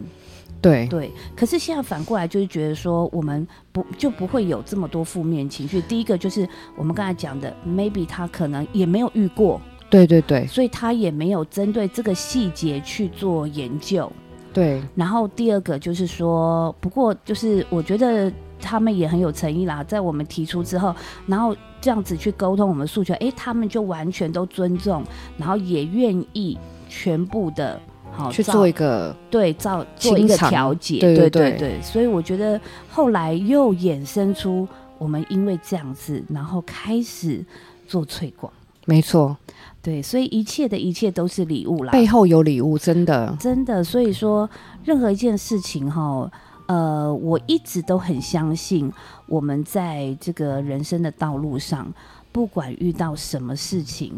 [SPEAKER 4] 对
[SPEAKER 5] 对。可是现在反过来就是觉得说，我们不就不会有这么多负面情绪。第一个就是我们刚才讲的，maybe 他可能也没有遇过，
[SPEAKER 4] 对对对
[SPEAKER 5] 所以他也没有针对这个细节去做研究。
[SPEAKER 4] 对，
[SPEAKER 5] 然后第二个就是说，不过就是我觉得他们也很有诚意啦，在我们提出之后，然后这样子去沟通我们诉求，诶，他们就完全都尊重，然后也愿意全部的好
[SPEAKER 4] 去
[SPEAKER 5] 照
[SPEAKER 4] 做一个
[SPEAKER 5] 对照做一个
[SPEAKER 4] 清偿
[SPEAKER 5] 调解，
[SPEAKER 4] 对对
[SPEAKER 5] 对
[SPEAKER 4] 对
[SPEAKER 5] 所以我觉得后来又衍生出我们因为这样子，然后开始做推广，
[SPEAKER 4] 没错，
[SPEAKER 5] 对，所以一切的一切都是礼物啦，
[SPEAKER 4] 背后有礼物，真的。
[SPEAKER 5] 真的，所以说任何一件事情哈，呃，我一直都很相信，我们在这个人生的道路上，不管遇到什么事情，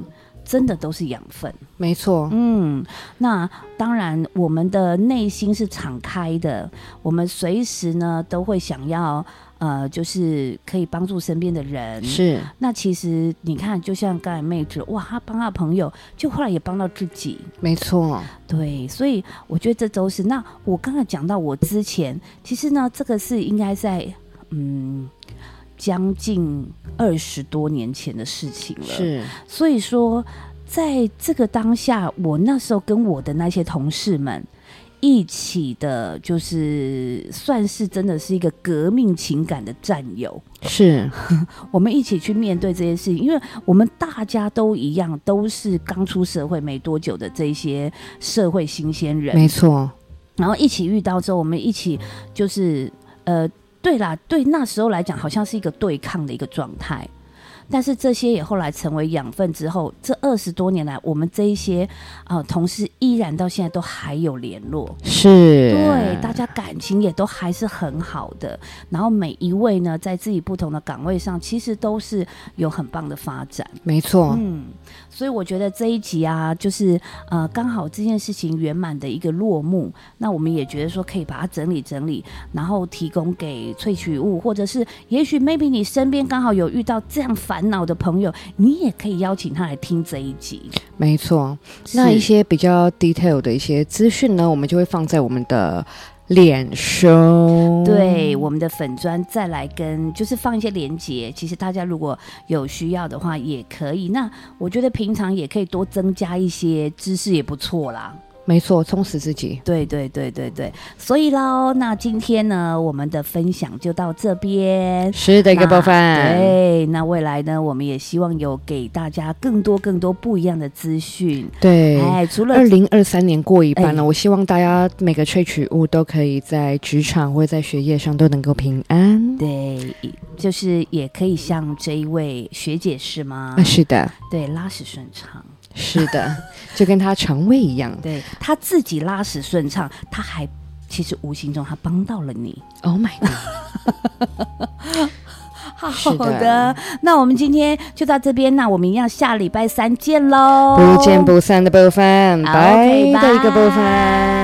[SPEAKER 5] 真的都是养分。
[SPEAKER 4] 没错，
[SPEAKER 5] 嗯，那当然，我们的内心是敞开的，我们随时呢都会想要，呃，就是可以帮助身边的人。。
[SPEAKER 4] 是
[SPEAKER 5] 那其实你看，就像刚才妹子，哇，她帮她朋友，就后来也帮到自己。
[SPEAKER 4] 没错，
[SPEAKER 5] 对，所以我觉得这都是。那我刚才讲到我之前，其实呢，这个是应该在嗯将近二十多年前的事情了。，
[SPEAKER 4] 是
[SPEAKER 5] 所以说在这个当下，我那时候跟我的那些同事们。一起的，就是算是真的是一个革命情感的战友。
[SPEAKER 4] 是
[SPEAKER 5] 我们一起去面对这些事情，因为我们大家都一样，都是刚出社会没多久的这些社会新鲜人，
[SPEAKER 4] 没错，
[SPEAKER 5] 然后一起遇到之后，我们一起就是呃，对啦，对那时候来讲，好像是一个对抗的一个状态。但是这些也后来成为养分之后，这二十多年来，我们这一些啊、呃同事依然到现在都还有联络。
[SPEAKER 4] 是，
[SPEAKER 5] 对，大家感情也都还是很好的。然后每一位呢，在自己不同的岗位上，其实都是有很棒的发展。
[SPEAKER 4] 没错，
[SPEAKER 5] 嗯，所以我觉得这一集啊，就是呃，刚好这件事情圆满的一个落幕。那我们也觉得说，可以把它整理整理，然后提供给萃取物，或者是也许 maybe 你身边刚好有遇到这样烦恼的朋友，你也可以邀请他来听这一集。
[SPEAKER 4] 没错。那
[SPEAKER 5] 是
[SPEAKER 4] 一些比较 detail 的一些资讯呢，我们就会放在我们的脸书。
[SPEAKER 5] 嗯对我们的粉砖再来跟就是放一些连接，其实大家如果有需要的话也可以。那我觉得平常也可以多增加一些知识，也不错啦。
[SPEAKER 4] 没错，充实自己。
[SPEAKER 5] 对对对对对，所以喽，那今天呢，我们的分享就到这边。
[SPEAKER 4] 是的一个部
[SPEAKER 5] 那
[SPEAKER 4] 分，
[SPEAKER 5] 对，那未来呢，我们也希望有给大家更多更多不一样的资讯。
[SPEAKER 4] 对。
[SPEAKER 5] 哎，除了
[SPEAKER 4] 二零二三年过一半了，
[SPEAKER 5] 哎
[SPEAKER 4] 我希望大家每个萃取物都可以在职场或在学业上都能够平安。
[SPEAKER 5] 对，就是也可以像这一位学姐是吗
[SPEAKER 4] 啊，？是的，
[SPEAKER 5] 对，拉屎顺畅。
[SPEAKER 4] 是
[SPEAKER 5] [LAUGHS]
[SPEAKER 4] 的，就跟他肠胃一样。
[SPEAKER 5] 对他自己拉屎顺畅，他还其实无形中他帮到了你。
[SPEAKER 4] Oh my god！
[SPEAKER 5] 好
[SPEAKER 4] 是的
[SPEAKER 5] 的，那我们今天就到这边，那我们一样下礼拜三见喽，
[SPEAKER 4] 不见不散的部分，
[SPEAKER 5] 好
[SPEAKER 4] 拜
[SPEAKER 5] 哦 OK，
[SPEAKER 4] 的一个部分。
[SPEAKER 5] 拜